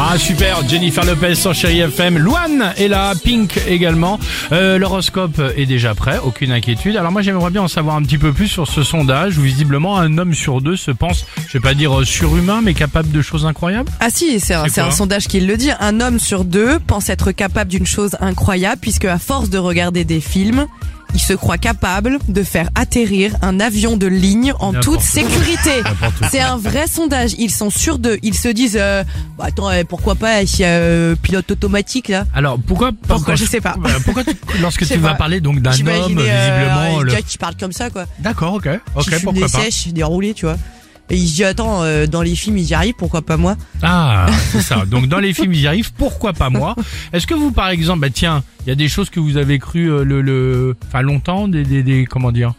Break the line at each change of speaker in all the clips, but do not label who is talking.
Ah super, Jennifer Lopez sur Chéri FM, Luan est là, Pink également. Euh, L'horoscope est déjà prêt, aucune inquiétude. Alors moi j'aimerais bien en savoir un petit peu plus sur ce sondage où visiblement un homme sur deux se pense, je vais pas dire euh, surhumain, mais capable de choses incroyables.
Ah si, c'est un,
C'est
c'est
quoi
un sondage qui le dit. Un homme sur deux pense être capable d'une chose incroyable puisque à force de regarder des films, il se croit capable de faire atterrir un avion de ligne en
N'importe
toute
où.
sécurité.
N'importe où.
C'est un vrai sondage. Ils sont sûrs d'eux. Ils se disent, euh, Bah, attends, euh, pourquoi pas s'il y a euh, pilote automatique là
Alors pourquoi
Pourquoi,
quand-
je sais pas.
Bah, Pourquoi tu- lorsque
Je sais
tu vas
pas.
parler donc d'un homme,
J'imaginais, euh,
visiblement...
un
le-
gars qui parle comme ça quoi.
D'accord, ok,
qui
ok,
fume des
pourquoi pas.
sèches, des roulés, tu vois. Et il se dit, attends, euh, dans les films, ils y arrivent, pourquoi pas moi
Ah, c'est ça. Donc dans les films, ils y arrivent. Pourquoi pas moi Est-ce que vous, par exemple, bah tiens, il y a des choses que vous avez cru euh, le, le, enfin longtemps, des, des, des, comment dire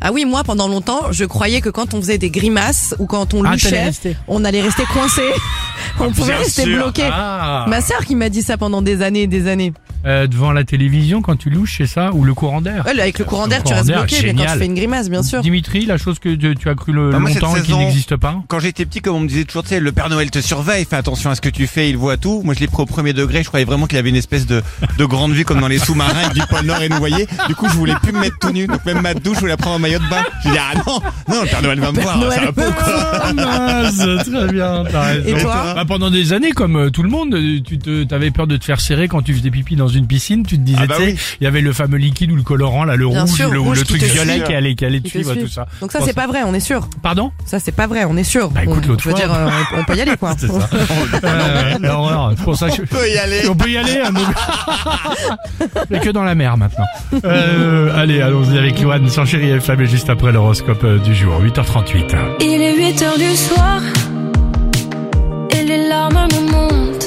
Ah oui, moi pendant longtemps, je croyais que quand on faisait des grimaces ou quand on
Ah, t'allais
louchait,
rester.
on allait rester coincé. on pouvait rester bloqué.
Ah.
Ma sœur qui m'a dit ça pendant des années et des années.
Euh, devant la télévision quand tu louches, c'est ça Ou le courant d'air
Ouais, avec le courant
Le
d'air, tu
courant
restes
d'air,
bloqué, mais quand
génial.
tu fais une grimace, bien sûr.
Dimitri, la chose que tu, tu as cru le,
Bah, moi, cette
longtemps et qui
saison-
n'existe pas
Quand j'étais petit, comme on me disait toujours, tu sais, le Père Noël te surveille, fais attention à ce que tu fais, il voit tout. Moi, je l'ai pris au premier degré, je croyais vraiment qu'il avait une espèce de, de grande vue comme dans les sous-marins avec du pôle Nord et nous voyait. Du coup, je voulais plus me mettre tout nu. Donc, même ma douche, je voulais la prendre en maillot de bain. J'ai dit, ah non, non, le Père Noël va me voir, ça va pas ou quoi
Ah, mince, très bien, t'as raison.
Et toi
Bah, pendant des années, comme euh, tout le monde, euh, tu te, t'avais peur de te faire serrer quand tu faisais pipi dans une piscine. Tu te disais,
Ah bah
tu sais, il
oui.
y avait le fameux liquide ou le colorant, là, le
Bien
rouge,
sûr,
le, ou
rouge
le
qui
truc
te
violet
suit.
qui allait, qui allait te
Qui te
suivre,
suit.
tout ça.
Donc ça,
Bon,
c'est pas vrai, on est sûr.
Pardon
Ça, c'est pas vrai, on est sûr.
Bah, écoute,
on,
l'autre
je veux
fois-
dire, euh, on, on peut y aller, quoi.
C'est ça. Euh, l'horreur. C'est pour ça que je-
On peut y aller.
on peut y aller, hein, mais- mais que dans la mer maintenant. Euh, allez, allons-y avec Johan sur Chéri FM et juste après l'horoscope euh, du jour, 8h38.
Il est 8 heures du soir et les larmes me montent.